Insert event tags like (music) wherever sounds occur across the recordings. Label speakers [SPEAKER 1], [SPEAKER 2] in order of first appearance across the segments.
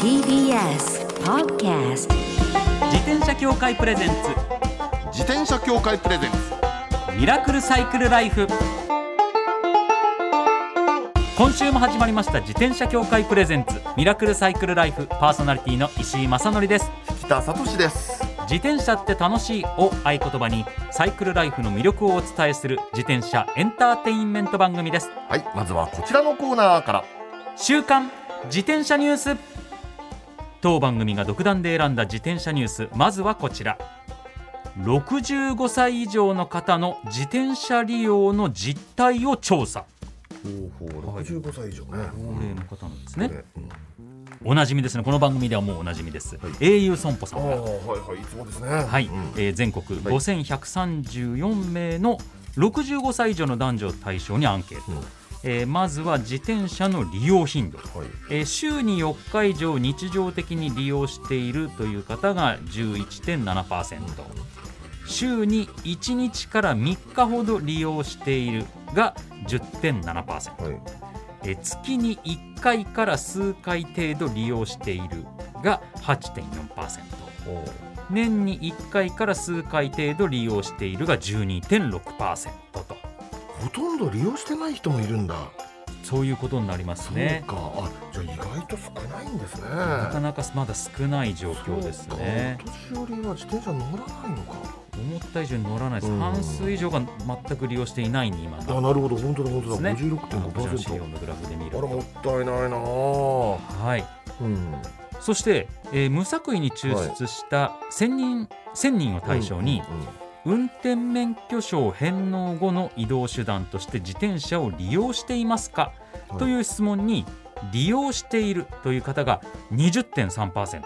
[SPEAKER 1] TBS Podcast
[SPEAKER 2] 自転車協会プレゼンツ
[SPEAKER 3] 自転車協会プレゼンツ
[SPEAKER 2] ミラクルサイクルライフ今週も始まりました自転車協会プレゼンツミラクルサイクルライフパーソナリティの石井正則です
[SPEAKER 3] 北聡です
[SPEAKER 2] 自転車って楽しいを合言葉にサイクルライフの魅力をお伝えする自転車エンターテインメント番組です
[SPEAKER 3] はいまずはこちらのコーナーから
[SPEAKER 2] 週刊自転車ニュース当番組が独断で選んだ自転車ニュースまずはこちら65歳以上の方の自転車利用の実態を調査
[SPEAKER 3] ほうほ
[SPEAKER 4] 65歳以上ね、
[SPEAKER 2] 高齢の方なんですねおなじみですねこの番組ではもうおなじみです、英雄損保さ
[SPEAKER 4] ああ
[SPEAKER 2] んが
[SPEAKER 4] はいはいいつもですね
[SPEAKER 2] はい、
[SPEAKER 3] うん
[SPEAKER 2] えー全国
[SPEAKER 3] はい
[SPEAKER 2] 5134名の65歳以上の男女を対象にアンケート、
[SPEAKER 3] うん
[SPEAKER 2] えーまずは自転車の利用頻度、
[SPEAKER 3] はい
[SPEAKER 2] えー週に4日以上日常的に利用しているという方が11.7%週に1日から3日ほど利用しているが10.7%、
[SPEAKER 3] はい
[SPEAKER 2] えー月に1回から数回程度利用しているが8.4%
[SPEAKER 3] おう
[SPEAKER 2] 年に1回から数回程度利用しているが12.6%と
[SPEAKER 4] ほとんど利用してない人もいるんだ
[SPEAKER 2] そういうことになりますね
[SPEAKER 4] そうかあじゃあ意外と少ないんですね
[SPEAKER 2] なかなかまだ少ない状況ですね
[SPEAKER 4] そうかお年寄りは自転車乗らないのか
[SPEAKER 2] 思った以上に乗らないです、
[SPEAKER 4] うん
[SPEAKER 2] 半数以上が全く利用していないに今な
[SPEAKER 4] あなるほど本当だ本当だ、
[SPEAKER 2] ねこちらの資料
[SPEAKER 4] 56.5%
[SPEAKER 2] のグラフで見る
[SPEAKER 4] あらも
[SPEAKER 2] と
[SPEAKER 4] ったいないなあ
[SPEAKER 2] はい
[SPEAKER 4] うん
[SPEAKER 2] そして、えー無作為に抽出した1000人 ,1000 人を対象に、
[SPEAKER 4] うんうん
[SPEAKER 2] 運転免許証返納後の移動手段として自転車を利用していますか、
[SPEAKER 4] はい
[SPEAKER 2] という質問に利用しているという方が20.3%、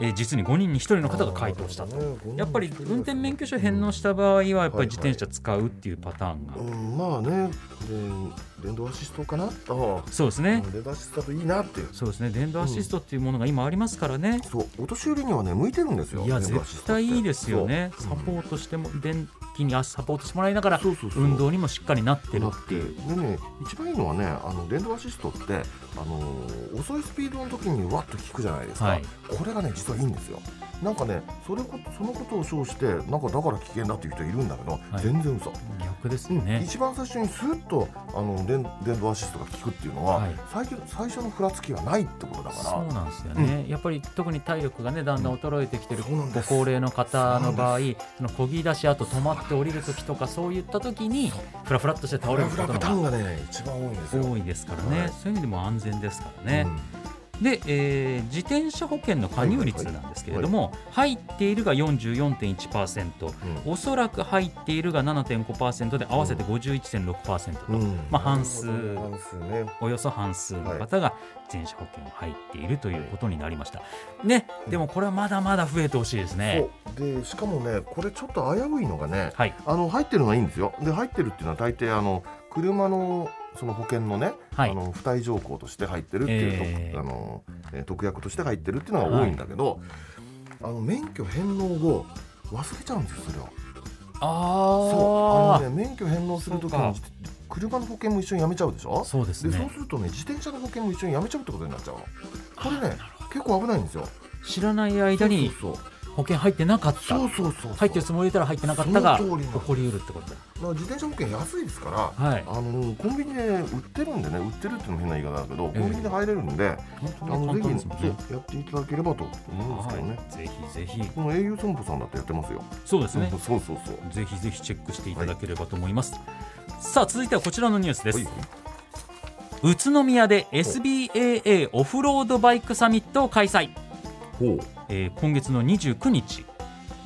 [SPEAKER 2] えー実に5人に1人の方が回答したと、
[SPEAKER 4] あーなるほどね
[SPEAKER 2] やっぱり運転免許証返納した場合はやっぱり自転車使うっていうパターンが、
[SPEAKER 4] うんまあねで電動アシストかなと
[SPEAKER 2] そうですね、
[SPEAKER 4] 電動アシストだといいなっていう
[SPEAKER 2] そうですね電動アシストっていうものが今ありますからね、
[SPEAKER 4] そうお年寄りにはね向いてるんですよ
[SPEAKER 2] いや
[SPEAKER 4] 電動アシス
[SPEAKER 2] 絶
[SPEAKER 4] トって
[SPEAKER 2] 対いいですよね
[SPEAKER 4] そう
[SPEAKER 2] サポートしても電気にあサポートしてもらいながら
[SPEAKER 4] そうそうそう
[SPEAKER 2] 運動にもしっかりなってる
[SPEAKER 4] なっ
[SPEAKER 2] って
[SPEAKER 4] て
[SPEAKER 2] いう
[SPEAKER 4] でね一番いいのはねあの電動アシストってあのー遅いスピードの時にわっと効くじゃないですか、
[SPEAKER 2] はい
[SPEAKER 4] これがね実はいいんですよなんかねそれこそのことを称してなんかだから危険だっていう人いるんだけど、
[SPEAKER 2] い
[SPEAKER 4] 全然嘘
[SPEAKER 2] 逆ですよね、
[SPEAKER 4] 一番最初にスーッとあの電電動アシストが効くっていうのは、
[SPEAKER 2] はい
[SPEAKER 4] 最初最初のふらつきはないってことだから
[SPEAKER 2] そうなんですよね、やっぱり特に体力がねだんだん衰えてきてる、
[SPEAKER 4] そうなん
[SPEAKER 2] ご
[SPEAKER 4] です
[SPEAKER 2] 高齢の方の場合
[SPEAKER 4] そう
[SPEAKER 2] その漕ぎ出しあと止まって降りる時とかそういった時にフラフラっとして倒
[SPEAKER 4] フ
[SPEAKER 2] れる
[SPEAKER 4] ラ
[SPEAKER 2] こと
[SPEAKER 4] フラ
[SPEAKER 2] の
[SPEAKER 4] パター
[SPEAKER 2] が
[SPEAKER 4] ンがね一番多いんですよ
[SPEAKER 2] 多いですからね、
[SPEAKER 4] はい
[SPEAKER 2] そういう意味でも安全ですからね、で、えー自転車保険の加入率なんですけれども、入っているが44.1%、
[SPEAKER 4] う
[SPEAKER 2] おそらく入っているが7.5%で合わせて51.6%と、
[SPEAKER 4] うんうん
[SPEAKER 2] まあ、半数、
[SPEAKER 4] 半数ね
[SPEAKER 2] およそ半数の方が自転車保険に入っているということになりました。ね、でもこれはまだまだ増えてほしいですね。
[SPEAKER 4] そうでしかもねこれちょっと危ういのがね
[SPEAKER 2] はい、
[SPEAKER 4] あの入ってるのはいいんですよで入ってるっていうのは大抵あの車のその保険のね、
[SPEAKER 2] はい
[SPEAKER 4] あの付帯条項として入ってるっていうと、
[SPEAKER 2] えー
[SPEAKER 4] あのえー特約として入ってるっていうのが多いんだけど、あの免許返納後忘れちゃうんですよそれをそうあ
[SPEAKER 2] あ
[SPEAKER 4] の、ね、免許返納するとき
[SPEAKER 2] そう
[SPEAKER 4] に
[SPEAKER 2] か
[SPEAKER 4] 車の保険も一緒にやめちゃうでしょ
[SPEAKER 2] そうです
[SPEAKER 4] でそう
[SPEAKER 2] ね。
[SPEAKER 4] するとね自転車の保険も一緒にやめちゃうってことになっちゃうのこれね結構危ないんですよ
[SPEAKER 2] 知らない間に
[SPEAKER 4] そうそう
[SPEAKER 2] 保険入ってなかった。
[SPEAKER 4] そうそうそうそう
[SPEAKER 2] 入ってるつもりでいたら入ってなかったが
[SPEAKER 4] そ
[SPEAKER 2] 起
[SPEAKER 4] の通りなの
[SPEAKER 2] こりうるってことだ。
[SPEAKER 4] まあ自転車保険安いですから、
[SPEAKER 2] はい
[SPEAKER 4] あのコンビニで売ってるんでね売ってるっていうのも変な言い方だけど、
[SPEAKER 2] ええ
[SPEAKER 4] コンビニで入れるんで、
[SPEAKER 2] 本当
[SPEAKER 4] あ
[SPEAKER 2] に
[SPEAKER 4] の
[SPEAKER 2] 簡
[SPEAKER 4] ぜ
[SPEAKER 2] 単で
[SPEAKER 4] ひ
[SPEAKER 2] す
[SPEAKER 4] そ
[SPEAKER 2] もん
[SPEAKER 4] う
[SPEAKER 2] ね。
[SPEAKER 4] やっていただければと思うんですけどね、
[SPEAKER 2] はい、ぜひぜひ。
[SPEAKER 4] この英雄損保さんだってやってますよ、
[SPEAKER 2] そうですね
[SPEAKER 4] うん。そうそうそう
[SPEAKER 2] ぜひぜひチェックしていただければと思います。さあ続いてはこちらのニュースです。宇都宮で SBAA オフロードバイクサミットを開催、
[SPEAKER 4] ほ
[SPEAKER 2] えー今月の29日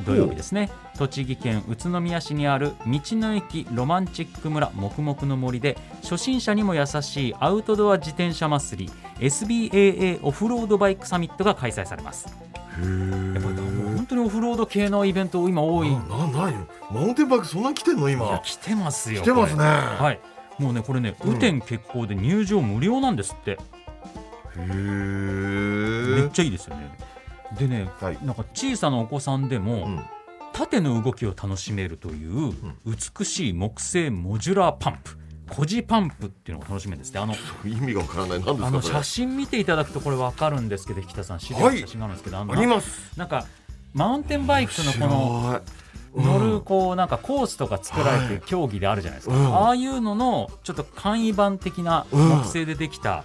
[SPEAKER 2] 土曜日ですね栃木県宇都宮市にある道の駅ロマンチック村黙々の森で初心者にも優しいアウトドア自転車祭り SBAA オフロードバイクサミットが開催されます
[SPEAKER 4] う
[SPEAKER 2] やっぱり本当にオフロード系のイベント今多いい
[SPEAKER 4] なないよマウンテンバイクそんな来てんの
[SPEAKER 2] や
[SPEAKER 4] 今
[SPEAKER 2] 来てますよ
[SPEAKER 4] 来てますね
[SPEAKER 2] これはいもうねこれね
[SPEAKER 4] うん
[SPEAKER 2] 雨天決行で入場無料なんですって、
[SPEAKER 4] へ
[SPEAKER 2] めっ
[SPEAKER 4] え
[SPEAKER 2] ちゃいいですよねでね
[SPEAKER 4] はい
[SPEAKER 2] なんか小さなお子さんでも、
[SPEAKER 4] うん
[SPEAKER 2] 縦の動きを楽しめるという美しい木製モジュラーパンプコジパンプっていうのが楽しみですねあの
[SPEAKER 5] 意味がわからない。
[SPEAKER 2] あ
[SPEAKER 5] 何
[SPEAKER 2] の
[SPEAKER 5] ですか
[SPEAKER 2] 写
[SPEAKER 5] そ
[SPEAKER 2] 真見ていただくとこれわかるんですけど、引田さん、資料の写真があるんですけど、あ
[SPEAKER 5] れ。あり
[SPEAKER 2] の
[SPEAKER 5] ます。
[SPEAKER 2] なんかマウンテンバイクのこの
[SPEAKER 5] 白い
[SPEAKER 2] 乗るこうなんかコースとか作られてる競技であるじゃないですか、
[SPEAKER 5] うん
[SPEAKER 2] ああいうののちょっと簡易版的な
[SPEAKER 5] うん
[SPEAKER 2] 木製でできた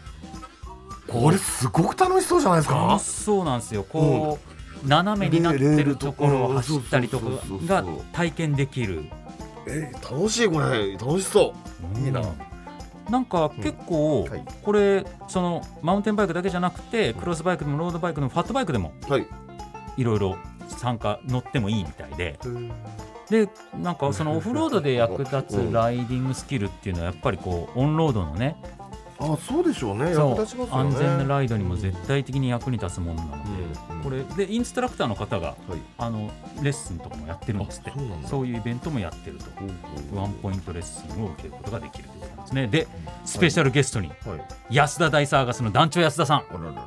[SPEAKER 5] うんこれすごく楽しそうじゃないです
[SPEAKER 2] 楽
[SPEAKER 5] か
[SPEAKER 2] し。そうなんですよこう斜めになってるところを走ったりとか
[SPEAKER 5] レールとうんそうそうそう
[SPEAKER 2] が
[SPEAKER 5] そう
[SPEAKER 2] 体験できる。
[SPEAKER 5] え楽しいこれ楽しそう。いいな
[SPEAKER 2] うんなんか結構
[SPEAKER 5] うんはい
[SPEAKER 2] これそのマウンテンバイクだけじゃなくてクロスバイクでもロードバイクでもファットバイクでも
[SPEAKER 5] はい。
[SPEAKER 2] いろいろ参加乗ってもいいみたいででなんかそのオフロードで役立つライディングスキルっていうのはやっぱりこうオンロードのね
[SPEAKER 5] あそうでしょうね。
[SPEAKER 2] そ
[SPEAKER 5] 役
[SPEAKER 2] う
[SPEAKER 5] 立ちますよね。
[SPEAKER 2] 安全なライドにも絶対的に役に立つものなので
[SPEAKER 5] うん
[SPEAKER 2] これでインストラクターの方が
[SPEAKER 5] はい
[SPEAKER 2] あのレッスンとかもやってるんですって
[SPEAKER 5] あそうなんだ
[SPEAKER 2] そういうイベントもやってると
[SPEAKER 5] ほうほう
[SPEAKER 2] ワンポイントレッスンを受けることができるということなんですねでスペシャルゲストに
[SPEAKER 5] はい。
[SPEAKER 2] 安田大サーガスの団長安田さん
[SPEAKER 5] あらららら団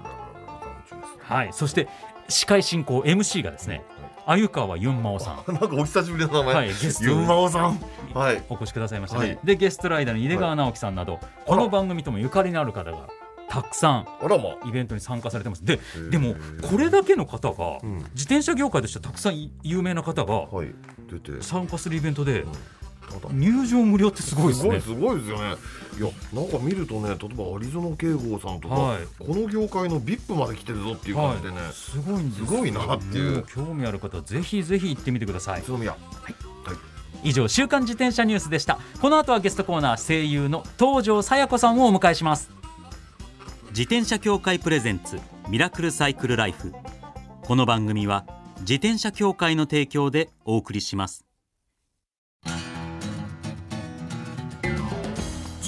[SPEAKER 2] はいそして司会進行 MC がですね鮎川ユンマオさん
[SPEAKER 5] 長です。なんかお久しぶりの名前。
[SPEAKER 2] はいゲスト
[SPEAKER 5] ユンマオさん。はい。
[SPEAKER 2] お越しくださいましたね、
[SPEAKER 5] はい
[SPEAKER 2] でゲストライダーの井出川直樹さんなど、この番組ともゆかりのある方がたくさん
[SPEAKER 5] あらま。
[SPEAKER 2] イベントに参加されてますで
[SPEAKER 5] ー
[SPEAKER 2] でもこれだけの方が、
[SPEAKER 5] うん
[SPEAKER 2] 自転車業界としてはたくさんい有名な方が
[SPEAKER 5] はい。出て。
[SPEAKER 2] 参加するイベントで
[SPEAKER 5] ただ
[SPEAKER 2] 入場無料ってすごいですす
[SPEAKER 5] ごい
[SPEAKER 2] ね
[SPEAKER 5] すごいですよね。いやなんか見るとね、例えばアリゾナ慶吾さんとか、
[SPEAKER 2] はい
[SPEAKER 5] この業界の VIP まで来てるぞっていう感じでね、
[SPEAKER 2] はい、すごいんですよ
[SPEAKER 5] すごいなっていう
[SPEAKER 2] も興味ある方はぜひぜひ行ってみてください
[SPEAKER 5] 宇都宮。
[SPEAKER 2] 以上週刊自転車ニュースでしたこの後はゲストコーナー声優の東條さや子さんをお迎えします自転車協会プレゼンツミラクルサイクルライフこの番組は自転車協会の提供でお送りします
[SPEAKER 1] 自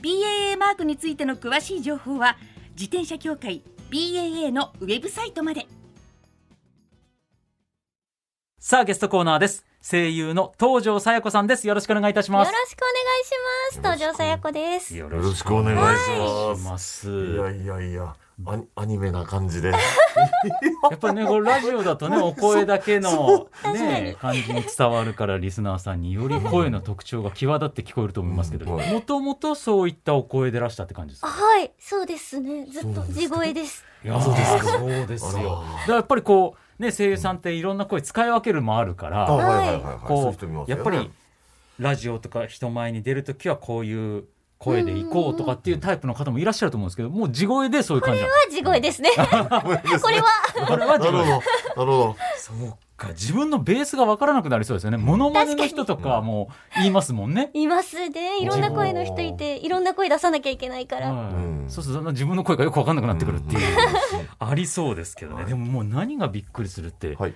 [SPEAKER 1] BAA マークについての詳しい情報は自転車協会 BAA のウェブサイトまで
[SPEAKER 2] さあゲストコーナーです声優の東條さや子さんですよろしくお願いいたしま
[SPEAKER 6] よろ
[SPEAKER 2] す
[SPEAKER 6] しくお願いします。東条さやこです。
[SPEAKER 2] よ
[SPEAKER 4] ろしくお願いしま
[SPEAKER 2] ます
[SPEAKER 4] いやいやいやアニアニメな感じで
[SPEAKER 2] やっぱりね、これラジオだ (laughs) とね、お声だけの、
[SPEAKER 6] か
[SPEAKER 2] ね、感じに伝わるから、リスナーさんにより声の特徴が際立って聞こえると思いますけど、
[SPEAKER 4] うんはい
[SPEAKER 2] もともとそういったお声でらしたって感じですか。
[SPEAKER 6] はい、そうですね。ずっと地声です。
[SPEAKER 2] いやー、そうですそうですよ。だからやっぱりこう、ね、声優さんっていろんな声使い分けるもあるか
[SPEAKER 5] あ
[SPEAKER 2] ら、
[SPEAKER 5] はいはいはいはい。そういう
[SPEAKER 2] こ
[SPEAKER 5] 人見ます
[SPEAKER 2] う、
[SPEAKER 5] よ
[SPEAKER 2] や
[SPEAKER 5] ね
[SPEAKER 2] っぱり。ラジオとか人前に出るときはこういう声で行こうとかっていうタイプの方もいらっしゃると思うんですけど、もう地声でそういう感じなんです
[SPEAKER 6] は地声で
[SPEAKER 2] (laughs)
[SPEAKER 6] すね。これは、
[SPEAKER 2] これは
[SPEAKER 5] な
[SPEAKER 2] 地
[SPEAKER 5] るほど
[SPEAKER 2] 声。
[SPEAKER 5] なるほど。
[SPEAKER 2] そうか自分のベースが分からなくなりそうですよねモノマネの人とかはもう言いますもんね、
[SPEAKER 6] いますね。いろんな声の人いて、いろんな声出さなきゃいけないから。
[SPEAKER 2] はい
[SPEAKER 4] うん
[SPEAKER 2] そうすると自分の声がよく分かんなくなってくるっていう、ありそうですけどね、でももう何がびっくりするって、
[SPEAKER 5] はい。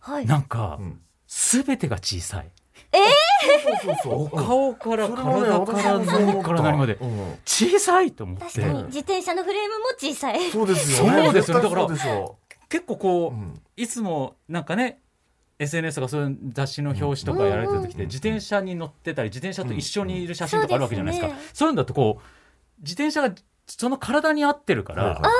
[SPEAKER 6] はい。
[SPEAKER 2] なんか、
[SPEAKER 5] うん
[SPEAKER 2] 全てが小さい
[SPEAKER 5] そうそう
[SPEAKER 2] お
[SPEAKER 5] そう。
[SPEAKER 2] 顔から
[SPEAKER 5] それはね
[SPEAKER 2] 体から
[SPEAKER 5] 私もそう思っ
[SPEAKER 2] 何
[SPEAKER 5] た
[SPEAKER 2] から何まで
[SPEAKER 5] うん
[SPEAKER 2] 小さいと思っ
[SPEAKER 6] 確
[SPEAKER 2] て
[SPEAKER 6] かに、自転車のフレームも小さい。
[SPEAKER 5] そうですよね。
[SPEAKER 2] そうですよ
[SPEAKER 5] 絶対
[SPEAKER 2] ねだから
[SPEAKER 5] そうでしょ
[SPEAKER 2] 結構こ
[SPEAKER 5] う
[SPEAKER 2] う、
[SPEAKER 5] うん
[SPEAKER 2] いつもなんかね SNS とかそういう雑誌の表紙とかやられてる時って自転車に乗ってたり自転車と一緒にいる写真とかあるわけじゃないですか、
[SPEAKER 6] うんうん
[SPEAKER 2] そういうのだとこう自転車がその体に合ってるか
[SPEAKER 5] はいはい
[SPEAKER 2] ら
[SPEAKER 5] は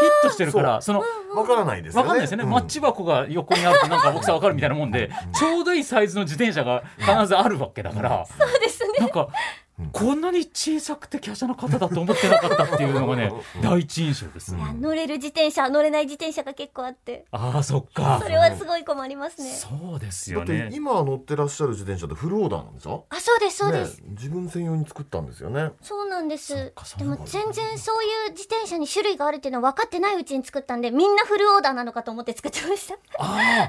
[SPEAKER 2] フィットしてるからその
[SPEAKER 5] い。わからないですよ
[SPEAKER 2] わ
[SPEAKER 5] ね。
[SPEAKER 2] かんないですよね、
[SPEAKER 5] うん
[SPEAKER 2] マッチ箱が横にあるとなんか大きさわかるみたいなもんでちょうどいいサイズの自転車が必ずあるわけだから、
[SPEAKER 6] そうですね。
[SPEAKER 2] なんかこんなに小さくて華奢な方だと思ってなかったっていうのがね第一印象です、
[SPEAKER 4] うん
[SPEAKER 6] いや乗れる自転車乗れない自転車が結構あって
[SPEAKER 2] ああそっか
[SPEAKER 6] それはすごい困りますね
[SPEAKER 2] そうです
[SPEAKER 4] だ
[SPEAKER 2] よ
[SPEAKER 4] って
[SPEAKER 2] ね
[SPEAKER 4] 今乗ってらっしゃる自転車ってフルオーダーなんでしょ
[SPEAKER 6] あそうですそうです、
[SPEAKER 4] ね自分専用に作ったんですよね
[SPEAKER 6] そうなんで
[SPEAKER 2] そっ
[SPEAKER 6] す
[SPEAKER 2] かそ
[SPEAKER 6] で
[SPEAKER 2] うなん
[SPEAKER 6] も
[SPEAKER 2] だ
[SPEAKER 6] 全然そういう自転車に種類があるっていうのは分かってないうちに作ったんでみんなフルオーダーなのかと思って作ってました
[SPEAKER 2] ああ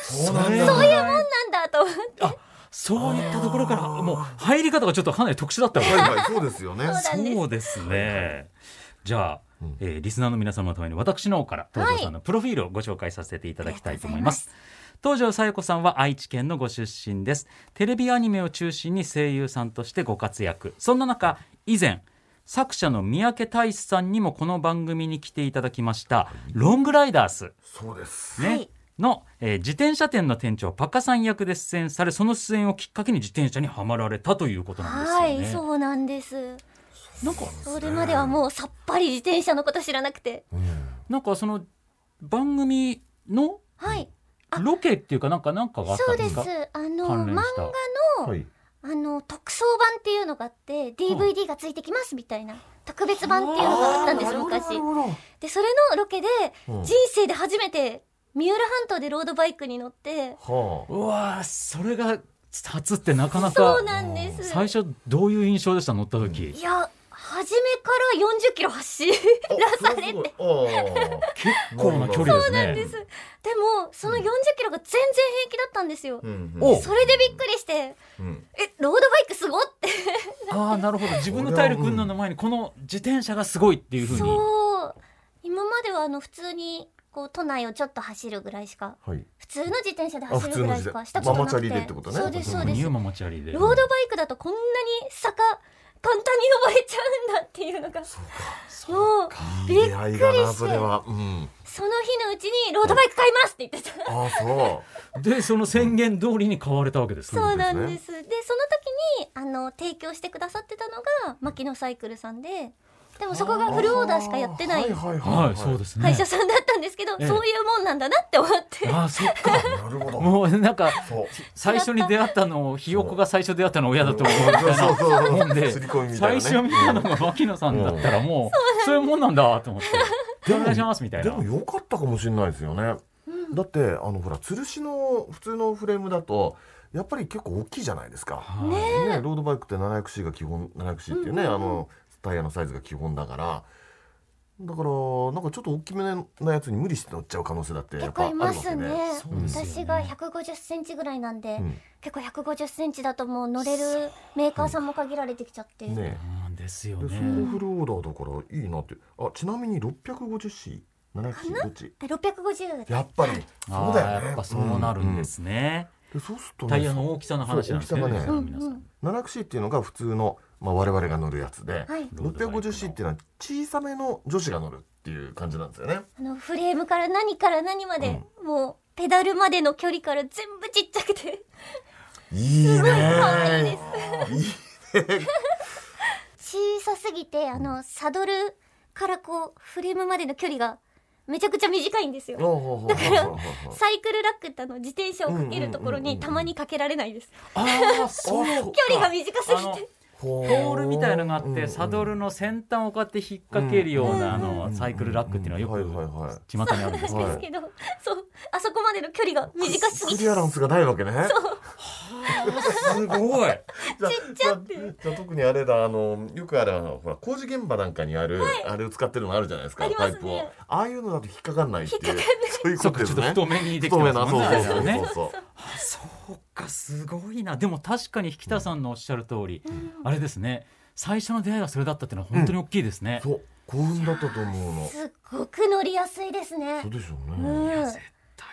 [SPEAKER 4] そう
[SPEAKER 2] なんだ
[SPEAKER 4] そういう
[SPEAKER 6] なんだと思って
[SPEAKER 2] そういったところからもう入り方がちょっとかなり特殊だったわけ
[SPEAKER 5] はいはいそうですよね
[SPEAKER 6] そうなんです
[SPEAKER 2] そうですね。じゃあ、
[SPEAKER 4] うん
[SPEAKER 2] えーリスナーの皆様のために私の方から東條さんのプロフィールをご紹介させていただきたいと思います。東條さよ子さんは愛知県のご出身です。テレビアニメを中心に声優さんとしてご活躍。そんな中、以前、作者の三宅大志さんにもこの番組に来ていただきました、ロングライダース。
[SPEAKER 5] そうです
[SPEAKER 2] ね
[SPEAKER 6] はい
[SPEAKER 2] の、えー自転車店の店長パカさん役で出演されその出演をきっかけに自転車にはまられたということなんですよ
[SPEAKER 6] は
[SPEAKER 2] ね。
[SPEAKER 6] いそうなんです
[SPEAKER 2] なんか
[SPEAKER 6] それまではもうさっぱり自転車のこと知らなくて
[SPEAKER 2] なんかその番組の
[SPEAKER 6] はい
[SPEAKER 2] ロケっていうかなんかなんかがあっ
[SPEAKER 6] そ
[SPEAKER 2] たん
[SPEAKER 6] う
[SPEAKER 2] で
[SPEAKER 6] ですす
[SPEAKER 2] か。
[SPEAKER 6] あの
[SPEAKER 2] 関連
[SPEAKER 6] 漫
[SPEAKER 2] した
[SPEAKER 6] 画
[SPEAKER 5] はい
[SPEAKER 6] あの特装版っていうのがあって DVD がついてきますみたいな特別版っていうのがあったんです昔でそれのロケで
[SPEAKER 4] うん
[SPEAKER 6] 人生で初めて三浦半島でロードバイクに乗って
[SPEAKER 4] は
[SPEAKER 2] うわーそれが初ってなかなか
[SPEAKER 6] そうなんです
[SPEAKER 2] 最初どういう印象でした乗った時
[SPEAKER 6] いや初めから40キロ走らさ (laughs) れてでも
[SPEAKER 4] 結
[SPEAKER 2] この距離ですね。
[SPEAKER 6] その40キロが全然平気だったんですよ
[SPEAKER 2] お
[SPEAKER 6] それでびっくりしてえロードバイクすごって
[SPEAKER 2] ああなるほど自分の体力運動の前にこの自転車がすごいっていうふうに。
[SPEAKER 6] そう今まではあの普通にこう都内をちょっと走るぐらいしか
[SPEAKER 4] はい
[SPEAKER 6] 普通の自転車で走るぐらいしか
[SPEAKER 4] あ
[SPEAKER 6] し
[SPEAKER 4] 普
[SPEAKER 6] た
[SPEAKER 4] 通の自転
[SPEAKER 6] こと
[SPEAKER 5] ママチ
[SPEAKER 6] なくて
[SPEAKER 5] ャリでってことね
[SPEAKER 6] そうですそうで
[SPEAKER 2] ニュ
[SPEAKER 6] す
[SPEAKER 2] ー
[SPEAKER 6] ロ
[SPEAKER 2] ママチャリで。
[SPEAKER 6] ードバイクだとこんなに坂簡単に登れちゃうんだっていうのがもうびっ
[SPEAKER 4] 出
[SPEAKER 6] く
[SPEAKER 4] 会
[SPEAKER 6] り
[SPEAKER 4] いだな
[SPEAKER 6] して
[SPEAKER 4] それはうん
[SPEAKER 6] その日のうちにロードバイク買いますって言ってた
[SPEAKER 4] ああそ
[SPEAKER 2] でその宣言通りに買われたわけです。
[SPEAKER 6] そうなん
[SPEAKER 4] い
[SPEAKER 6] で
[SPEAKER 4] いです
[SPEAKER 6] でその時にあの提供してくださってたのが牧野サイクルさんででもそこが
[SPEAKER 4] う
[SPEAKER 6] フルオーダーしかやってない
[SPEAKER 4] はいはいはい
[SPEAKER 2] はいそうですすね。
[SPEAKER 6] 会社さんだったんですけど、
[SPEAKER 2] ええ
[SPEAKER 6] そういうもんなんだなって思って
[SPEAKER 2] ああそっか。
[SPEAKER 4] なるほど
[SPEAKER 2] もうなんか
[SPEAKER 4] そう
[SPEAKER 2] 最初に出会ったのをひよこが最初出会ったのを親だと思うみたい
[SPEAKER 4] そう
[SPEAKER 2] な
[SPEAKER 4] そう
[SPEAKER 2] もん
[SPEAKER 4] そう
[SPEAKER 2] で
[SPEAKER 4] 刷り込みみたいな
[SPEAKER 2] 最
[SPEAKER 4] ね
[SPEAKER 2] 初見たのが牧野さんだったらもうそういうもんなんだと思って「
[SPEAKER 4] で
[SPEAKER 2] お
[SPEAKER 4] も
[SPEAKER 2] 願いします」みたい
[SPEAKER 4] で
[SPEAKER 2] な
[SPEAKER 4] も。良かったかもしれないですよね。だってあのほら吊るしの普通のフレームだとやっぱり結構大きいじゃないですか。
[SPEAKER 2] はい
[SPEAKER 4] ねロードバイクって 700C が基本 700C っていうね、あのタイヤのサイズが基本だから。だからなんかちょっと大きめなやつに無理して乗っちゃう可能性だってや
[SPEAKER 6] 結
[SPEAKER 4] っぱ
[SPEAKER 6] 構
[SPEAKER 4] あ
[SPEAKER 6] い
[SPEAKER 4] るわ
[SPEAKER 6] ま
[SPEAKER 4] け
[SPEAKER 6] すね
[SPEAKER 4] ね。
[SPEAKER 2] そうですよね
[SPEAKER 6] 私が150センチぐらいなんで、
[SPEAKER 4] うん
[SPEAKER 6] 結構150センチだともう乗れるメーカーさんも限られてきちゃって、
[SPEAKER 4] ね
[SPEAKER 2] うんですよ
[SPEAKER 4] でそれ
[SPEAKER 2] ね。
[SPEAKER 4] もフルオーダーだからいいなって。あちなみに 650C、700C どっち？
[SPEAKER 6] え650
[SPEAKER 4] やっぱりそうだ
[SPEAKER 2] あ
[SPEAKER 4] よ
[SPEAKER 2] あ
[SPEAKER 4] ね。
[SPEAKER 2] やっぱそうなるんで
[SPEAKER 4] う。うん
[SPEAKER 2] すね。
[SPEAKER 4] でそうするとね
[SPEAKER 2] タイヤの大きさの話なんですね。
[SPEAKER 4] そう大きさがね
[SPEAKER 2] 皆さん
[SPEAKER 4] 7 0 c っていうのが普通の、まあ、我々が乗るやつで、
[SPEAKER 6] はい
[SPEAKER 2] ロードバイクの
[SPEAKER 4] 650c っていうのは小さめの女子が乗るっていう感じなんですよね。
[SPEAKER 6] あのフレームから何から何まで、もうペダルまでの距離から全部ちっちゃくて (laughs)
[SPEAKER 4] いいね
[SPEAKER 6] 可愛いです
[SPEAKER 4] いい
[SPEAKER 6] 小さすぎてあのサドルからこうフレームまでの距離がめちゃくちゃ短いんですよ
[SPEAKER 4] だ
[SPEAKER 6] サイクルラックってあの自転車をかけるところ
[SPEAKER 4] うんうんうんう
[SPEAKER 6] に
[SPEAKER 4] ん
[SPEAKER 6] たまにかけられないです
[SPEAKER 2] ああそう
[SPEAKER 6] 距離が短す
[SPEAKER 2] あの
[SPEAKER 6] ぎて
[SPEAKER 4] ポ
[SPEAKER 2] ポールみたいのがあってサドルの先端をこうやって引っ掛けるようなあのサイクルラックっていうのは
[SPEAKER 4] はい
[SPEAKER 2] よ
[SPEAKER 4] はい
[SPEAKER 2] く
[SPEAKER 4] はい
[SPEAKER 2] 巷にあるんですけ
[SPEAKER 6] な
[SPEAKER 2] ど
[SPEAKER 6] んですけど、 (laughs) そうあそこまでの距離が短すぎ
[SPEAKER 4] ク
[SPEAKER 6] て
[SPEAKER 4] リアランスがないわけね。
[SPEAKER 2] すごい
[SPEAKER 4] じゃじゃじゃあ特にあれだあのよくあるあのほら工事現場なんかにある、あれを使ってるのあるじゃないですか
[SPEAKER 6] ありま
[SPEAKER 4] パ
[SPEAKER 6] す
[SPEAKER 4] イ
[SPEAKER 6] ね
[SPEAKER 4] プをああいうのだと引っかかんないっていうそういう
[SPEAKER 2] そっか
[SPEAKER 4] ことで
[SPEAKER 2] ちょ
[SPEAKER 4] す
[SPEAKER 2] っと
[SPEAKER 4] ね。
[SPEAKER 2] 太めにできてますもんね。
[SPEAKER 4] 太めなそう
[SPEAKER 2] ね
[SPEAKER 4] そうそうそう
[SPEAKER 2] そうかすごいなでも確かに引田さんのおっしゃる通り、あれですね最初の出会いがそれだったっていうのは本当に大きいですね、
[SPEAKER 4] そう幸運だったと思うの。
[SPEAKER 6] すっごく乗りやすいですね
[SPEAKER 4] そうでしょう
[SPEAKER 6] う
[SPEAKER 4] ね。
[SPEAKER 6] ん
[SPEAKER 2] 大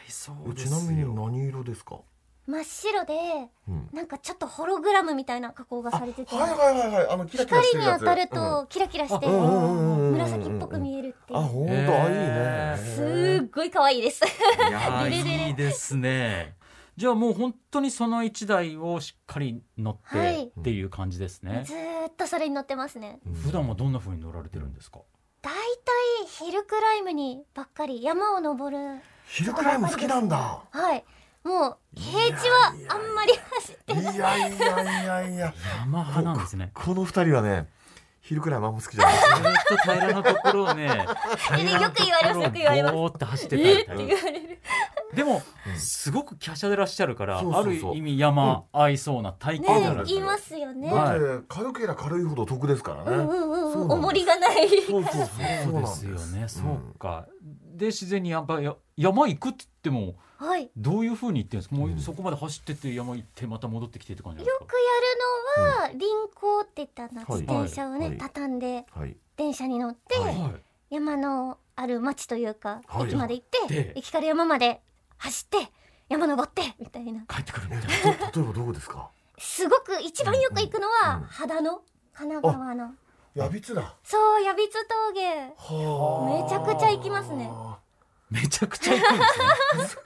[SPEAKER 2] そうで
[SPEAKER 4] ち
[SPEAKER 2] す
[SPEAKER 4] な
[SPEAKER 2] よ
[SPEAKER 4] みに何色ですか。
[SPEAKER 6] 真っ白で
[SPEAKER 4] うん
[SPEAKER 6] なんかちょっとホログラムみたいな加工がされてて
[SPEAKER 4] はいはいはいはい、あのキラキラして
[SPEAKER 6] 光
[SPEAKER 4] る
[SPEAKER 6] に
[SPEAKER 4] やつ。
[SPEAKER 6] 当たるとキラキラして
[SPEAKER 4] うんうんうんうんうん
[SPEAKER 6] 紫っぽく見えるって
[SPEAKER 4] う
[SPEAKER 6] い
[SPEAKER 4] ん、あ、
[SPEAKER 6] う
[SPEAKER 4] 本当、
[SPEAKER 2] へー
[SPEAKER 4] あ、いいね。
[SPEAKER 6] すっごい可愛いです
[SPEAKER 2] いや
[SPEAKER 6] デレデレ
[SPEAKER 2] ーいいですねじゃあもう本当にその一台をしっかり乗って、
[SPEAKER 6] はい
[SPEAKER 2] っていう感じですね、
[SPEAKER 6] (laughs) ずーっとそれに乗ってますね
[SPEAKER 2] 普段はどんな風に乗られてるんですか、
[SPEAKER 6] 大体ヒルクライムにばっかり山を登る
[SPEAKER 4] ヒルクライム好きなんだ。
[SPEAKER 6] はいもう平地はあんまり走って
[SPEAKER 4] いやいやいやいや
[SPEAKER 2] 山派なんですね。
[SPEAKER 4] この二人はね昼くらいマンモ好きじゃない
[SPEAKER 2] ずっと平らなところ
[SPEAKER 6] (laughs)
[SPEAKER 2] をね、平らなところを
[SPEAKER 6] よく言われますよく言われます
[SPEAKER 2] ぼーって走ってた
[SPEAKER 6] っ
[SPEAKER 2] り
[SPEAKER 6] て
[SPEAKER 2] と
[SPEAKER 6] 言
[SPEAKER 2] か
[SPEAKER 6] われる
[SPEAKER 2] でも、すごく華奢でらっしゃるから、
[SPEAKER 4] そう
[SPEAKER 2] あ
[SPEAKER 4] そ
[SPEAKER 2] る
[SPEAKER 4] うそう
[SPEAKER 2] 意味山合いそうな体型であ
[SPEAKER 6] ね
[SPEAKER 2] る。
[SPEAKER 6] 言いますよね、
[SPEAKER 2] はい
[SPEAKER 4] だって軽けりゃ軽いほど得ですから
[SPEAKER 6] う
[SPEAKER 4] ね、
[SPEAKER 6] んうんうん
[SPEAKER 4] そううんなんです
[SPEAKER 6] 重りがない
[SPEAKER 4] そうそうそう
[SPEAKER 2] そう
[SPEAKER 4] なん
[SPEAKER 2] ですよね。そ
[SPEAKER 4] ん
[SPEAKER 2] うか。で自然にやっぱや山行くって言っても
[SPEAKER 6] はいよ
[SPEAKER 2] どういう風に行ってるんですか。も
[SPEAKER 4] う
[SPEAKER 2] うんそこまで走ってって山行ってまた戻ってきてって感じなんですか。
[SPEAKER 6] くやるのは輪行って言ったな
[SPEAKER 4] はい
[SPEAKER 6] 自転車をね、
[SPEAKER 4] はい
[SPEAKER 6] 畳んで
[SPEAKER 4] はい
[SPEAKER 6] 電車に乗って、
[SPEAKER 4] はい
[SPEAKER 2] は
[SPEAKER 6] 山のある町というか、
[SPEAKER 4] はい
[SPEAKER 6] 駅まで行っ
[SPEAKER 2] で。
[SPEAKER 6] て駅から山まで走って山登ってみたいない
[SPEAKER 2] 帰ってくるみ
[SPEAKER 4] え
[SPEAKER 2] たいな。 (laughs)
[SPEAKER 4] と例えばどこですか
[SPEAKER 6] すごく一番よく行くのは、
[SPEAKER 4] うんうん
[SPEAKER 6] 秦野神奈川の
[SPEAKER 4] やびつだ
[SPEAKER 6] そう矢櫃峠
[SPEAKER 4] は
[SPEAKER 6] めちゃくちゃ行きますね
[SPEAKER 2] めちゃくちゃ行くんですね。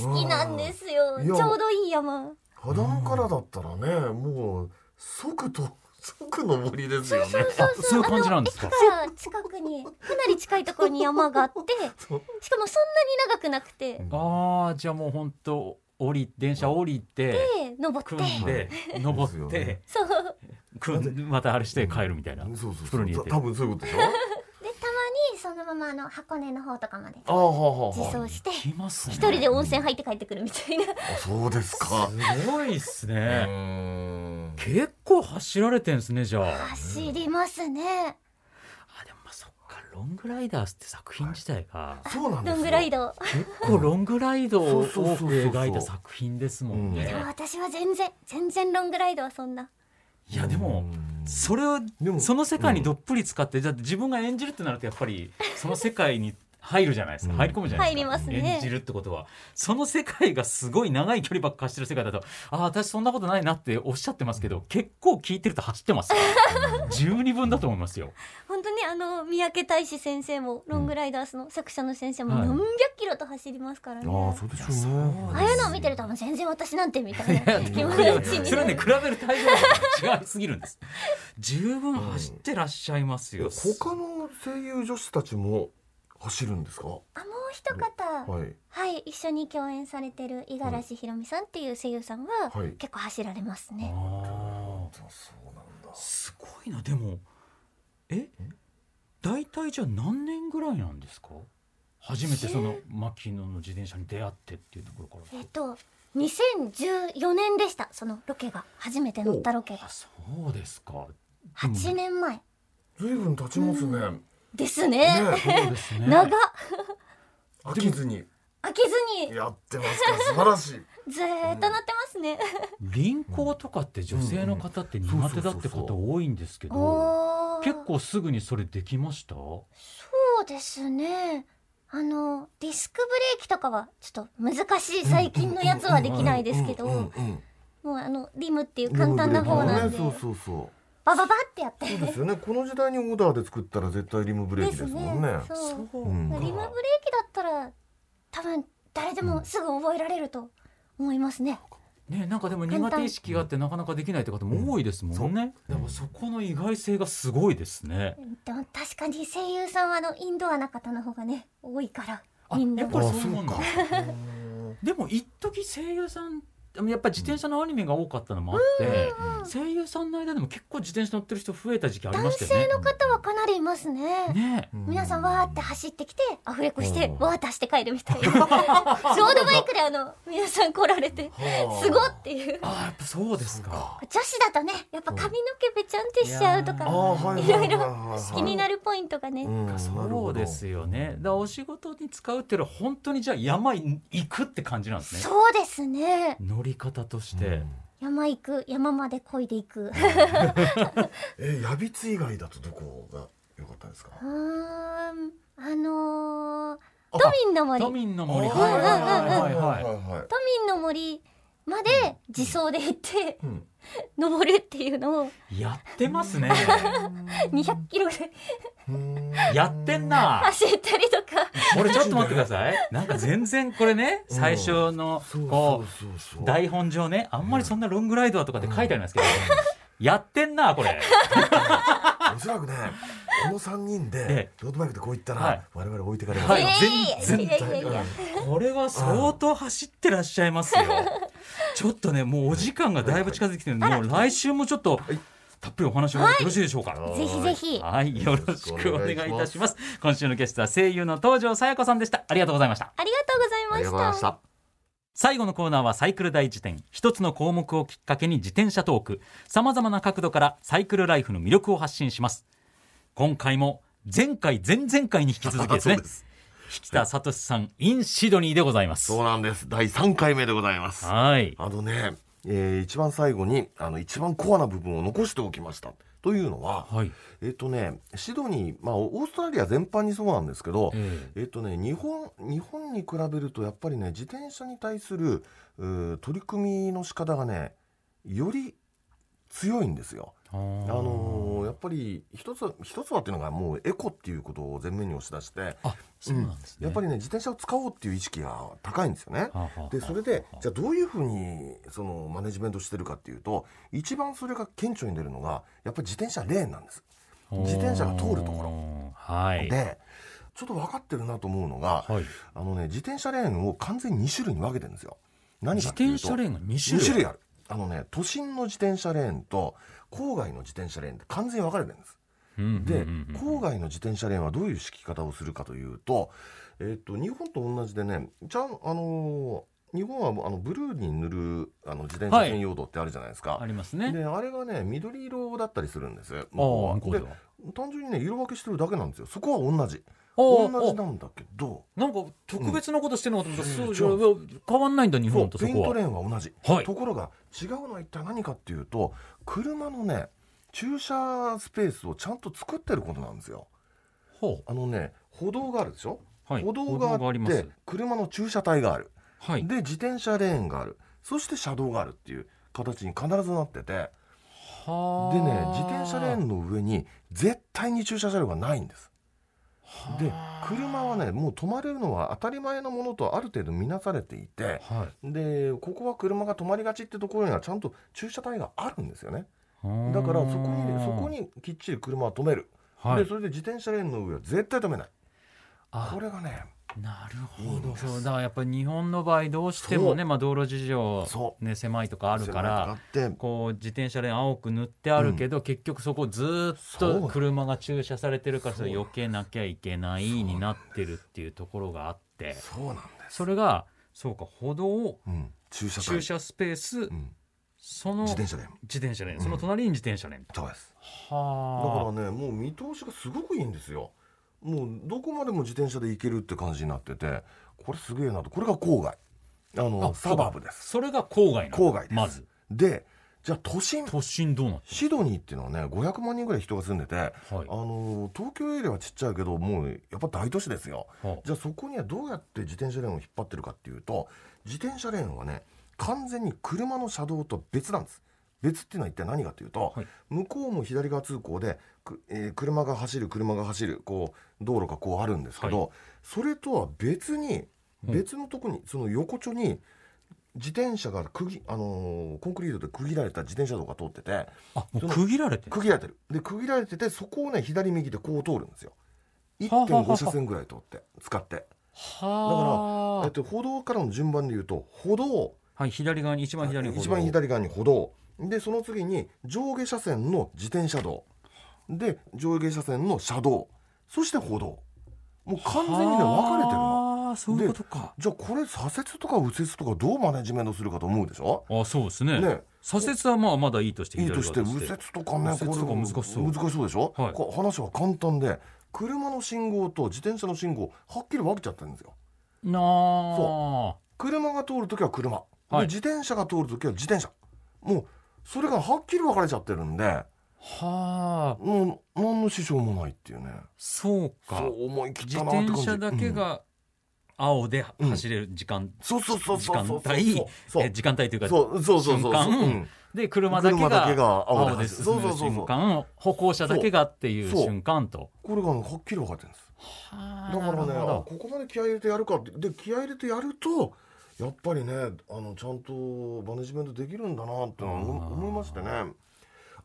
[SPEAKER 6] 好きなんですよ
[SPEAKER 4] うんい
[SPEAKER 6] ち
[SPEAKER 4] や
[SPEAKER 6] ょうどいい山
[SPEAKER 4] 肌のからだったらねもう即と即登りですよね
[SPEAKER 6] そう
[SPEAKER 2] あそういう感じなんですか
[SPEAKER 6] あの駅から近くにかなり近いところに山があって
[SPEAKER 4] そう
[SPEAKER 6] しかもそんなに長くなくて
[SPEAKER 2] ああじゃあもう本当降り電車降りて
[SPEAKER 6] で登って
[SPEAKER 2] 組んで登っ
[SPEAKER 4] ですよ
[SPEAKER 2] て
[SPEAKER 4] ね
[SPEAKER 6] そうでた
[SPEAKER 2] 組
[SPEAKER 6] ま
[SPEAKER 2] んでまたあれして帰るみたいな。
[SPEAKER 4] そうそうそ
[SPEAKER 2] 袋に入れ
[SPEAKER 4] う
[SPEAKER 2] て
[SPEAKER 4] た多分そういうことでしょ
[SPEAKER 6] にそのままあの箱根の方とかまで
[SPEAKER 4] あーはあはあ
[SPEAKER 6] 自
[SPEAKER 4] は
[SPEAKER 6] 走して
[SPEAKER 2] 来ますね。
[SPEAKER 6] 一人で温泉入って帰ってくるみたいな
[SPEAKER 4] あそうですか
[SPEAKER 2] すごいっす
[SPEAKER 4] う
[SPEAKER 2] ね。
[SPEAKER 4] ーん
[SPEAKER 2] 結構走られてんですねじゃあ。
[SPEAKER 6] 走りますね
[SPEAKER 2] あでもまあそっかロングライダーズって作品自体が
[SPEAKER 4] そうなんですよ
[SPEAKER 6] ロングライド
[SPEAKER 2] 結構ロングライドを多く
[SPEAKER 4] そうそうそうそう
[SPEAKER 2] 描いた作品ですもんね
[SPEAKER 6] でも。私は全然全然ロングライドはそんない
[SPEAKER 2] やでも
[SPEAKER 4] うん
[SPEAKER 2] それを
[SPEAKER 4] でも
[SPEAKER 2] その世界にどっぷり使ってじゃあ自分が演じるってなるとやっぱりその世界に入るじゃないですか
[SPEAKER 4] うん
[SPEAKER 2] 入り込むじゃないですか
[SPEAKER 6] 入りますね
[SPEAKER 2] 演じるってことはその世界がすごい長い距離ばっか走ってる世界だとああ私そんなことないなっておっしゃってますけど結構聞いてると走ってますよ十二分だと思いますよ。
[SPEAKER 6] 本当にあの三宅大志先生もロングライダースの作者の先生も
[SPEAKER 2] はい
[SPEAKER 6] 何百キロと走りますからね、
[SPEAKER 4] ああそうでしょうね
[SPEAKER 6] ああいうのを見てるともう全然私なんてみた
[SPEAKER 2] い
[SPEAKER 6] い
[SPEAKER 2] や
[SPEAKER 4] (laughs)
[SPEAKER 6] な
[SPEAKER 2] で
[SPEAKER 6] 気
[SPEAKER 2] も
[SPEAKER 6] 持
[SPEAKER 2] そ
[SPEAKER 6] ち
[SPEAKER 2] れは
[SPEAKER 6] に
[SPEAKER 2] ね比べる対象が違いすぎるんです十分走ってらっしゃいますよ、
[SPEAKER 4] 他の声優女子たちも走るんですかは
[SPEAKER 6] あもう一方
[SPEAKER 4] い
[SPEAKER 6] はい一緒に共演されてる五十嵐ひろみさんっていう声優さんは
[SPEAKER 4] はい
[SPEAKER 6] 結構走られますね、
[SPEAKER 2] あー
[SPEAKER 4] そうなんだ
[SPEAKER 2] すごいなでもえ大体じゃあ何年ぐらいなんですか初めてその牧野の自転車に出会ってっていうところから
[SPEAKER 6] えっと2014年でしたそのロケが初めて乗ったロケ
[SPEAKER 2] あ
[SPEAKER 6] が
[SPEAKER 2] そうですかでも
[SPEAKER 6] 8年前
[SPEAKER 4] 随分経ちますね
[SPEAKER 6] ですね
[SPEAKER 4] ね
[SPEAKER 2] そうですね
[SPEAKER 6] 長っ
[SPEAKER 4] 飽きずに
[SPEAKER 6] 飽きずに
[SPEAKER 4] やってますから素晴らしい
[SPEAKER 6] ずーっと乗ってますね、
[SPEAKER 2] 輪行とかって女性の方って苦手だって方多いんですけど
[SPEAKER 6] おお
[SPEAKER 2] 結構すぐにそれできました
[SPEAKER 6] そうですね。あのディスクブレーキとかはちょっと難しい最近のやつはできないですけど、
[SPEAKER 4] うんうん
[SPEAKER 6] も
[SPEAKER 4] うんうん
[SPEAKER 6] うあのリムっていう簡単な方なんで、
[SPEAKER 4] そうそうそう
[SPEAKER 6] バババってやって
[SPEAKER 4] そうですよねこの時代にオーダーで作ったら絶対リムブレーキですもんね
[SPEAKER 6] そう
[SPEAKER 2] う
[SPEAKER 4] うん
[SPEAKER 6] リムブレーキだったら多分誰でもすぐ覚えられると思いますね。
[SPEAKER 2] ね、なんかでも
[SPEAKER 6] 簡単
[SPEAKER 2] 苦手意識があってなかなかできないって方も多いですもんね、でもそこの意外性がすごいですね、
[SPEAKER 6] でも確かに声優さんはあのインドアな方の方がね多いから
[SPEAKER 2] あ
[SPEAKER 6] みんな
[SPEAKER 2] やっぱり
[SPEAKER 6] が。
[SPEAKER 2] そうなんだでも一時声優さんやっぱり自転車のアニメが多かったのもあって、声優さんの間でも結構自転車乗ってる人増えた時期ありま
[SPEAKER 6] 男
[SPEAKER 2] したよね
[SPEAKER 6] 性の方はかなりいますね。
[SPEAKER 2] ねえ
[SPEAKER 6] 皆さんわーって走ってきてアフレコして
[SPEAKER 4] うん
[SPEAKER 6] わーって走って帰るみたいなちょうどバイクであの皆さん来られてすごっっていう
[SPEAKER 2] ああやっぱそうですか
[SPEAKER 6] 女子だとねやっぱ髪の毛べちゃんってしちゃうと
[SPEAKER 2] いや
[SPEAKER 6] か
[SPEAKER 4] あはい
[SPEAKER 6] い
[SPEAKER 4] は
[SPEAKER 6] ろ
[SPEAKER 4] い
[SPEAKER 6] いろ
[SPEAKER 4] ろ
[SPEAKER 6] 気になるポイントがね
[SPEAKER 4] る
[SPEAKER 2] そうですよねだからお仕事に使うっていうのは本当にじゃあ山に行くって感じなんですね
[SPEAKER 6] そうですね
[SPEAKER 2] 乗り方として、
[SPEAKER 6] 山行く山まで漕いでいく
[SPEAKER 4] (laughs) えヤビツ以外だとどこが良かったですか
[SPEAKER 6] うーんあのー
[SPEAKER 4] あ
[SPEAKER 6] 都民の森
[SPEAKER 2] 都
[SPEAKER 6] 都民
[SPEAKER 2] 民の森
[SPEAKER 4] あー
[SPEAKER 2] はいはいはいはいはい
[SPEAKER 4] はい
[SPEAKER 6] の森まで自走で行って (laughs)
[SPEAKER 4] うん
[SPEAKER 6] 登るっていうのを
[SPEAKER 2] やってます (laughs) ね。
[SPEAKER 6] 200キロぐらい
[SPEAKER 4] うん
[SPEAKER 2] やってんな。
[SPEAKER 6] 走ったりとか
[SPEAKER 2] 俺ちょっと待ってください。なんか全然これね、
[SPEAKER 4] うん
[SPEAKER 2] 最初の
[SPEAKER 4] そうそ
[SPEAKER 2] こ
[SPEAKER 4] うそうそうう
[SPEAKER 2] 台本上ね、あんまりそんなロングライドはとかって書いてありますけど、やってんなこれ。
[SPEAKER 4] おそらくねの三人
[SPEAKER 2] で
[SPEAKER 4] でロードバイクでこう行ったら、
[SPEAKER 2] はい
[SPEAKER 4] 我々置いてかれます、
[SPEAKER 2] はい
[SPEAKER 6] いやいや
[SPEAKER 2] 全
[SPEAKER 6] い
[SPEAKER 2] 然
[SPEAKER 6] やいやいやいや
[SPEAKER 2] これは相当走ってらっしゃいますよ。ちょっとね、もうお時間がだいぶ近づいてきてるんで、もう来週もちょっと。たっぷりお話を伺ってよろしいでしょうか。
[SPEAKER 6] ぜひぜひ
[SPEAKER 2] はい、よろしくお願いい
[SPEAKER 4] よ
[SPEAKER 2] たし
[SPEAKER 4] ろしくお願いし
[SPEAKER 2] ま。
[SPEAKER 4] ます
[SPEAKER 2] 今週のゲストは声優の東條さや子さんでした。ありがとうございました。
[SPEAKER 6] ありが
[SPEAKER 4] あ
[SPEAKER 6] と
[SPEAKER 4] りが
[SPEAKER 6] う
[SPEAKER 4] とうござい
[SPEAKER 6] ございま
[SPEAKER 4] ま
[SPEAKER 6] し
[SPEAKER 4] したた
[SPEAKER 2] 最後のコーナーはサイクル大辞典。一つの項目をきっかけに自転車トーク。様々な角度からサイクルライフの魅力を発信します。今回も前回、前々回に引き続きですね
[SPEAKER 4] そう。です
[SPEAKER 2] 引田聡さん、インシドニーでございます。
[SPEAKER 4] そうなんです第三回目でございます
[SPEAKER 2] はい。
[SPEAKER 4] あのね、えー一番最後にあの一番コアな部分を残しておきましたというのは、
[SPEAKER 2] はい。
[SPEAKER 4] えっ、とねシドニー、まあ、オーストラリア全般にそうなんですけど、
[SPEAKER 2] え
[SPEAKER 4] えっとね、日本日本に比べるとやっぱりね自転車に対するうー取り組みの仕方がねより強いんですよ。
[SPEAKER 2] あ
[SPEAKER 4] あのーやっぱり一つ一つはっていうのがもうエコっていうことを前面に押し出して
[SPEAKER 2] あ、そうなんですね。
[SPEAKER 4] やっぱりね自転車を使おうっていう意識が高いんですよね。
[SPEAKER 2] はあはあはあ
[SPEAKER 4] でそれでじゃあどういうふうにそのマネジメントしてるかっていうと一番それが顕著に出るのがやっぱり自転車レーンなんです。自転車が通るところ
[SPEAKER 2] ろ。はい。
[SPEAKER 4] でちょっと分かってるなと思うのが、
[SPEAKER 2] はい。
[SPEAKER 4] あのね自転車レーンを完全に2種類に分けてるんですよ。何
[SPEAKER 2] 自
[SPEAKER 4] かってい
[SPEAKER 2] 転
[SPEAKER 4] う
[SPEAKER 2] 車
[SPEAKER 4] と
[SPEAKER 2] レーンが2
[SPEAKER 4] 2
[SPEAKER 2] 種類。
[SPEAKER 4] 種類ある。あのね都心の自転車レーンと郊外の自転車レーンって完全に分かれてるんです。
[SPEAKER 2] うんうんうん
[SPEAKER 4] で、
[SPEAKER 2] うん
[SPEAKER 4] 郊外の自転車レーンはどういう敷き方をするかというと,、えっと日本と同じでねちゃん、あのー日本はもうあのブルーに塗るあの自転車専用道ってあるじゃないですか。
[SPEAKER 2] ありますね。
[SPEAKER 4] であれがね緑色だったりするんです
[SPEAKER 2] あ
[SPEAKER 4] よ
[SPEAKER 2] あ、向こうで
[SPEAKER 4] で
[SPEAKER 2] は。
[SPEAKER 4] 単純にね色分けしてるだけなんですよそこは同じ
[SPEAKER 2] あ
[SPEAKER 4] 同
[SPEAKER 2] あ
[SPEAKER 4] じなんだけど
[SPEAKER 2] なんか特別なことしてるのかと思ったら、
[SPEAKER 4] うん
[SPEAKER 2] そうじゃ変わんないんだ日
[SPEAKER 4] そ
[SPEAKER 2] 本
[SPEAKER 4] う
[SPEAKER 2] とそ
[SPEAKER 4] ペイ
[SPEAKER 2] こ
[SPEAKER 4] ント
[SPEAKER 2] は。
[SPEAKER 4] レーンは同じ、
[SPEAKER 2] はい
[SPEAKER 4] ところが違うのは一体何かっていうと車のね駐車スペースをちゃんと作ってることなんですよ
[SPEAKER 2] ほ
[SPEAKER 4] あのね歩道があるでしょ
[SPEAKER 2] うはい
[SPEAKER 4] 歩道があ
[SPEAKER 2] り
[SPEAKER 4] っ
[SPEAKER 2] ます
[SPEAKER 4] て車の駐車帯がある、
[SPEAKER 2] はい。
[SPEAKER 4] で自転車レーンがあるそして車道があるっていう形に必ずなっててでね
[SPEAKER 2] は
[SPEAKER 4] 自転車レーンの上に絶対に駐車車両がないんですで車はねもう止まれるのは当たり前のものとある程度見なされていて
[SPEAKER 2] は
[SPEAKER 4] でここは車が止まりがちってところにはちゃんと駐車帯があるんですよね
[SPEAKER 2] い。
[SPEAKER 4] だからそこにそこにきっちり車は止める、
[SPEAKER 2] はい
[SPEAKER 4] でそれで自転車レーンの上は絶対止めない
[SPEAKER 2] あ
[SPEAKER 4] これがね
[SPEAKER 2] なる
[SPEAKER 4] い
[SPEAKER 2] ほ
[SPEAKER 4] いん
[SPEAKER 2] ど。
[SPEAKER 4] です
[SPEAKER 2] そうだからやっぱり日本の場合どうしてもね
[SPEAKER 4] そ
[SPEAKER 2] まあ道路事情
[SPEAKER 4] そ
[SPEAKER 2] ね狭いとかあるか
[SPEAKER 4] あ
[SPEAKER 2] ら。
[SPEAKER 4] って
[SPEAKER 2] こう自転車レーン青く塗ってあるけど、結局そこずーっ
[SPEAKER 4] そう
[SPEAKER 2] と
[SPEAKER 4] だ
[SPEAKER 2] 車が駐車されてるからそ
[SPEAKER 4] そう
[SPEAKER 2] れ余計なきゃいけないになってるっていうところがあって
[SPEAKER 4] そうなんです
[SPEAKER 2] それがそうか歩道
[SPEAKER 4] うん、駐車
[SPEAKER 2] 駐
[SPEAKER 4] 帯、
[SPEAKER 2] 車スペース、
[SPEAKER 4] うん、
[SPEAKER 2] その
[SPEAKER 4] 自転車レーン
[SPEAKER 2] 自転車レーン、
[SPEAKER 4] うん
[SPEAKER 2] その隣に自転車レーン
[SPEAKER 4] そうですだから
[SPEAKER 2] は
[SPEAKER 4] ねもう見通しがすごくいいんですよもうどこまでも自転車で行けるって感じになっててこれすげえなとこれが郊外あのサバーブです
[SPEAKER 2] それが郊外なの
[SPEAKER 4] 郊外です
[SPEAKER 2] まず
[SPEAKER 4] でじゃあ都心
[SPEAKER 2] 都心どうなって
[SPEAKER 4] シドニーっていうのはね500万人ぐらい人が住んでて、
[SPEAKER 2] るは
[SPEAKER 4] あ
[SPEAKER 2] い
[SPEAKER 4] の東京よりはちっちゃいけどもうやっぱ大都市ですよ
[SPEAKER 2] は
[SPEAKER 4] じゃあそこにはどうやって自転車レーンを引っ張ってるかっていうと自転車レーンはね完全に車の車道と別なんです別っていうのは一体何かというと、
[SPEAKER 2] はい
[SPEAKER 4] 向こうも左側通行で、くえー車が走る車が走るこう道路がこうあるんですけど、それとは別に
[SPEAKER 2] うん
[SPEAKER 4] 別のとこに、その横丁に自転車が区切、あのーコンクリートで区切られた自転車道が通ってて
[SPEAKER 2] あもう区切られてる
[SPEAKER 4] 区切られてるで区切られててそこをね左右でこう通るんですよ
[SPEAKER 2] はあはあはあ
[SPEAKER 4] 1.5車線ぐらい通って使って
[SPEAKER 2] は
[SPEAKER 4] えっ
[SPEAKER 2] あ
[SPEAKER 4] と、歩道からの順番で言うと歩道
[SPEAKER 2] はい左側に一番左に
[SPEAKER 4] 一番左側に歩道でその次に上下車線の自転車道で上下車線の車道そして歩道もう完全にね分かれてるの
[SPEAKER 2] ああそういうことか
[SPEAKER 4] じゃあこれ左折とか右折とかどうマネジメントするかと思うでしょ
[SPEAKER 2] あそうですね
[SPEAKER 4] ね
[SPEAKER 2] 左折はまあまだいいとして
[SPEAKER 4] いい
[SPEAKER 2] 左
[SPEAKER 4] と
[SPEAKER 2] 側
[SPEAKER 4] して右折とかね
[SPEAKER 2] 右折とか難しそう
[SPEAKER 4] これ難しそうでしょ、
[SPEAKER 2] はい
[SPEAKER 4] こう話は簡単で車の信号と自転車の信号はっきり分けちゃってるんですよ
[SPEAKER 2] なあ
[SPEAKER 4] 車が通るときは車、
[SPEAKER 2] はい
[SPEAKER 4] で自転車が通るときは自転車もうそれがはっきり分かれちゃってるんで
[SPEAKER 2] はあ
[SPEAKER 4] もう何の支障もないっていうね
[SPEAKER 2] そう
[SPEAKER 4] そ
[SPEAKER 2] か
[SPEAKER 4] う思い切っ
[SPEAKER 2] 自
[SPEAKER 4] たなって感じ
[SPEAKER 2] 転車だけ、
[SPEAKER 4] うん
[SPEAKER 2] が青で走れる時間、
[SPEAKER 4] そうそうそう
[SPEAKER 2] 時
[SPEAKER 4] そう
[SPEAKER 2] 間
[SPEAKER 4] そう
[SPEAKER 2] 帯
[SPEAKER 4] そう
[SPEAKER 2] え時間帯というか
[SPEAKER 4] そうそうそうそ
[SPEAKER 2] 瞬
[SPEAKER 4] う
[SPEAKER 2] 間
[SPEAKER 4] うん
[SPEAKER 2] で車だけ
[SPEAKER 4] 車だけ
[SPEAKER 2] が
[SPEAKER 4] が
[SPEAKER 2] 青
[SPEAKER 4] 青
[SPEAKER 2] で
[SPEAKER 4] ですそうそうそうそう
[SPEAKER 2] 瞬間歩行者だけがっていう
[SPEAKER 4] そう
[SPEAKER 2] 瞬間と
[SPEAKER 4] これがねはっきり分かってるんですだ
[SPEAKER 2] だ
[SPEAKER 4] からねあここまで気合い入れてやるかってで気合い入れてやるとやっぱりねあのちゃんとマネジメントできるんだなってのは
[SPEAKER 2] あー
[SPEAKER 4] 思思いましてね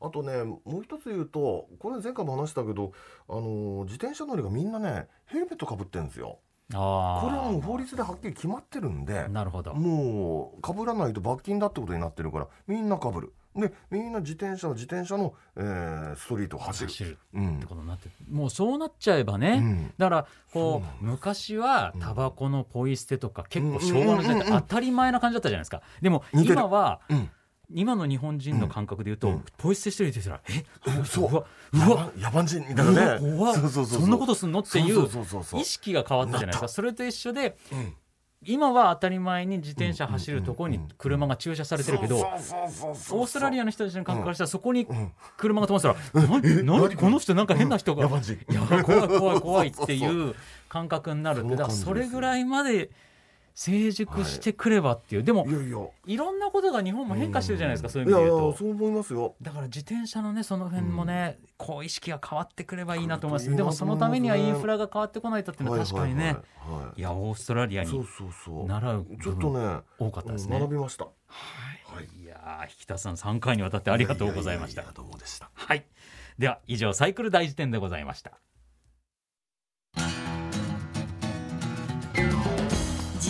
[SPEAKER 4] あとねもう一つ言うとこれ前回も話したけどあのー自転車乗りがみんなねヘルメットかぶってるんですよ。
[SPEAKER 2] あ
[SPEAKER 4] これはもう
[SPEAKER 2] あ
[SPEAKER 4] 法律ではっきり決まってるんで
[SPEAKER 2] なるほど
[SPEAKER 4] もうかぶらないと罰金だってことになってるからみんなかぶる。でみんな自転車は自転車の、えーストリートを走る。
[SPEAKER 2] 走る
[SPEAKER 4] う
[SPEAKER 2] っ
[SPEAKER 4] ん
[SPEAKER 2] てことになってもうそうなっちゃえばね、
[SPEAKER 4] うん
[SPEAKER 2] だから
[SPEAKER 4] そうな
[SPEAKER 2] こ
[SPEAKER 4] んで
[SPEAKER 2] う昔は
[SPEAKER 4] うん
[SPEAKER 2] タバコのポイ捨てとか結構昭和の時代って
[SPEAKER 4] うんうんうんう
[SPEAKER 2] 当
[SPEAKER 4] ん
[SPEAKER 2] たり前な感じだったじゃないですかでも
[SPEAKER 4] 似てる
[SPEAKER 2] 今は
[SPEAKER 4] うん
[SPEAKER 2] 今の日本人の感覚で言うと、
[SPEAKER 4] うん
[SPEAKER 2] ポイ捨てしてる人いたらえ
[SPEAKER 4] そう
[SPEAKER 2] わう
[SPEAKER 4] 野
[SPEAKER 2] わ
[SPEAKER 4] 蛮野蛮人みた
[SPEAKER 2] う
[SPEAKER 4] い
[SPEAKER 2] わ
[SPEAKER 4] なね。
[SPEAKER 2] 怖っ
[SPEAKER 4] そうそうそう
[SPEAKER 2] そんなことすんのってい
[SPEAKER 4] そううそうそうそう
[SPEAKER 2] 意識が変わったじゃないです
[SPEAKER 4] な
[SPEAKER 2] か
[SPEAKER 4] っ
[SPEAKER 2] それと一緒で、
[SPEAKER 4] うん
[SPEAKER 2] 今は当たり前に自転車走るところに
[SPEAKER 4] うんうんうんうん
[SPEAKER 2] 車が駐車されてるけど、オーストラリ
[SPEAKER 4] ア
[SPEAKER 2] アの人たちの感覚からしたらそこに
[SPEAKER 4] ん
[SPEAKER 2] 車が止まってたら「な何この人なんか変な人が
[SPEAKER 4] 野蛮人
[SPEAKER 2] いや怖い怖い怖い」っていう感覚になるってだから
[SPEAKER 4] そ
[SPEAKER 2] そう
[SPEAKER 4] なんです
[SPEAKER 2] れぐらいまで成熟してくればっていうでも
[SPEAKER 4] いやいや
[SPEAKER 2] いろんなことが日本も変化してるじゃないですかそういう
[SPEAKER 4] い
[SPEAKER 2] 意
[SPEAKER 4] や
[SPEAKER 2] 味
[SPEAKER 4] い
[SPEAKER 2] で
[SPEAKER 4] や
[SPEAKER 2] 言うと
[SPEAKER 4] そう思いますよ。
[SPEAKER 2] だから自転車のねその辺もねこう意識が変わってくればいいなと思いますで
[SPEAKER 4] 変わるといい
[SPEAKER 2] も
[SPEAKER 4] な
[SPEAKER 2] そのためにはインフラが変わってこないとっていうのは確かに
[SPEAKER 4] はい
[SPEAKER 2] ね
[SPEAKER 4] はいはいはい
[SPEAKER 2] いやオーストラリア
[SPEAKER 4] そ
[SPEAKER 2] に
[SPEAKER 4] うそうそう。
[SPEAKER 2] 習う
[SPEAKER 4] ちょ
[SPEAKER 2] 部
[SPEAKER 4] っと
[SPEAKER 2] 分
[SPEAKER 4] ね、
[SPEAKER 2] 多かったですね
[SPEAKER 4] うん学びました。
[SPEAKER 2] はいいやー引田さん3回にわたってありがとうございました
[SPEAKER 4] やややどうもでした。
[SPEAKER 2] はい。では以上サイクル大辞典でございました。
[SPEAKER 1] 自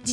[SPEAKER 1] 自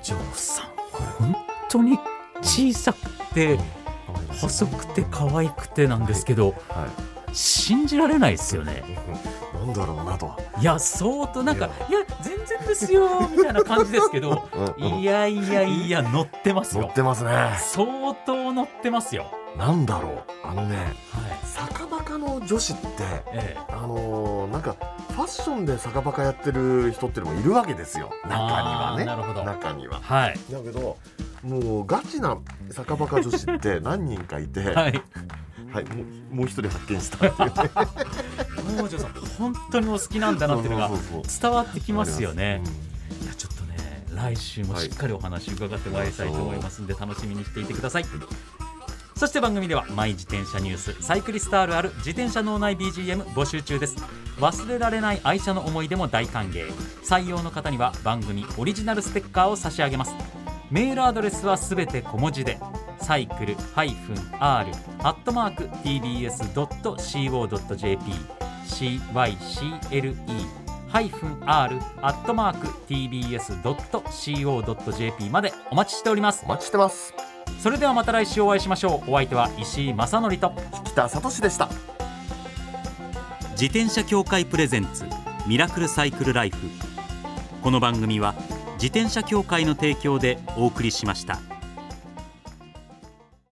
[SPEAKER 2] 東条さん本当に小さくて細くて可愛くてなんですけど、
[SPEAKER 4] は
[SPEAKER 2] 信じられないですよね。
[SPEAKER 4] い。なんだろうなと。
[SPEAKER 2] いや相当なんかいや全然ですよみたいな感じですけど
[SPEAKER 4] (laughs) うんうん
[SPEAKER 2] いやいやいや乗ってます
[SPEAKER 4] 乗
[SPEAKER 2] よ
[SPEAKER 4] っ。てますね。
[SPEAKER 2] 相当乗ってますよ。
[SPEAKER 4] なんだろう。あのね、
[SPEAKER 2] はい。
[SPEAKER 4] 坂バカの女子って。
[SPEAKER 2] ええ。
[SPEAKER 4] あのーなんかファッションで酒バカやってる人っていうのもいるわけですよ中には
[SPEAKER 2] あーなるほど
[SPEAKER 4] ね中には
[SPEAKER 2] はい。
[SPEAKER 4] だけどもうガチな酒バカ女子って何人かいて、は
[SPEAKER 2] はい。
[SPEAKER 4] い、もうもう一人発見した
[SPEAKER 2] (laughs)
[SPEAKER 4] っていうね
[SPEAKER 2] 東条さん本当にお好きなんだなっていうのが
[SPEAKER 4] (laughs) そうそうそう
[SPEAKER 2] 伝わってきますよね
[SPEAKER 4] うん。
[SPEAKER 2] いやちょっとね来週もしっかりお話伺ってまいりたいと思いますんで楽しみにしていてください。そして番組ではマイ自転車ニュースサイクリストあるある自転車脳内 BGM 募集中です忘れられない愛車の思い出も大歓迎採用の方には番組オリジナルステッカーを差し上げますメールアドレスはすべて小文字でサイクル -r-tbs.co.jp cycle-r-tbs.co.jp までお待ちしております
[SPEAKER 4] お待ちしてます
[SPEAKER 2] それではまた来週お会いしましょうお相手は石井正則と
[SPEAKER 4] 北里志でした
[SPEAKER 2] 自転車協会プレゼンツミラクルサイクルライフこの番組は自転車協会の提供でお送りしました。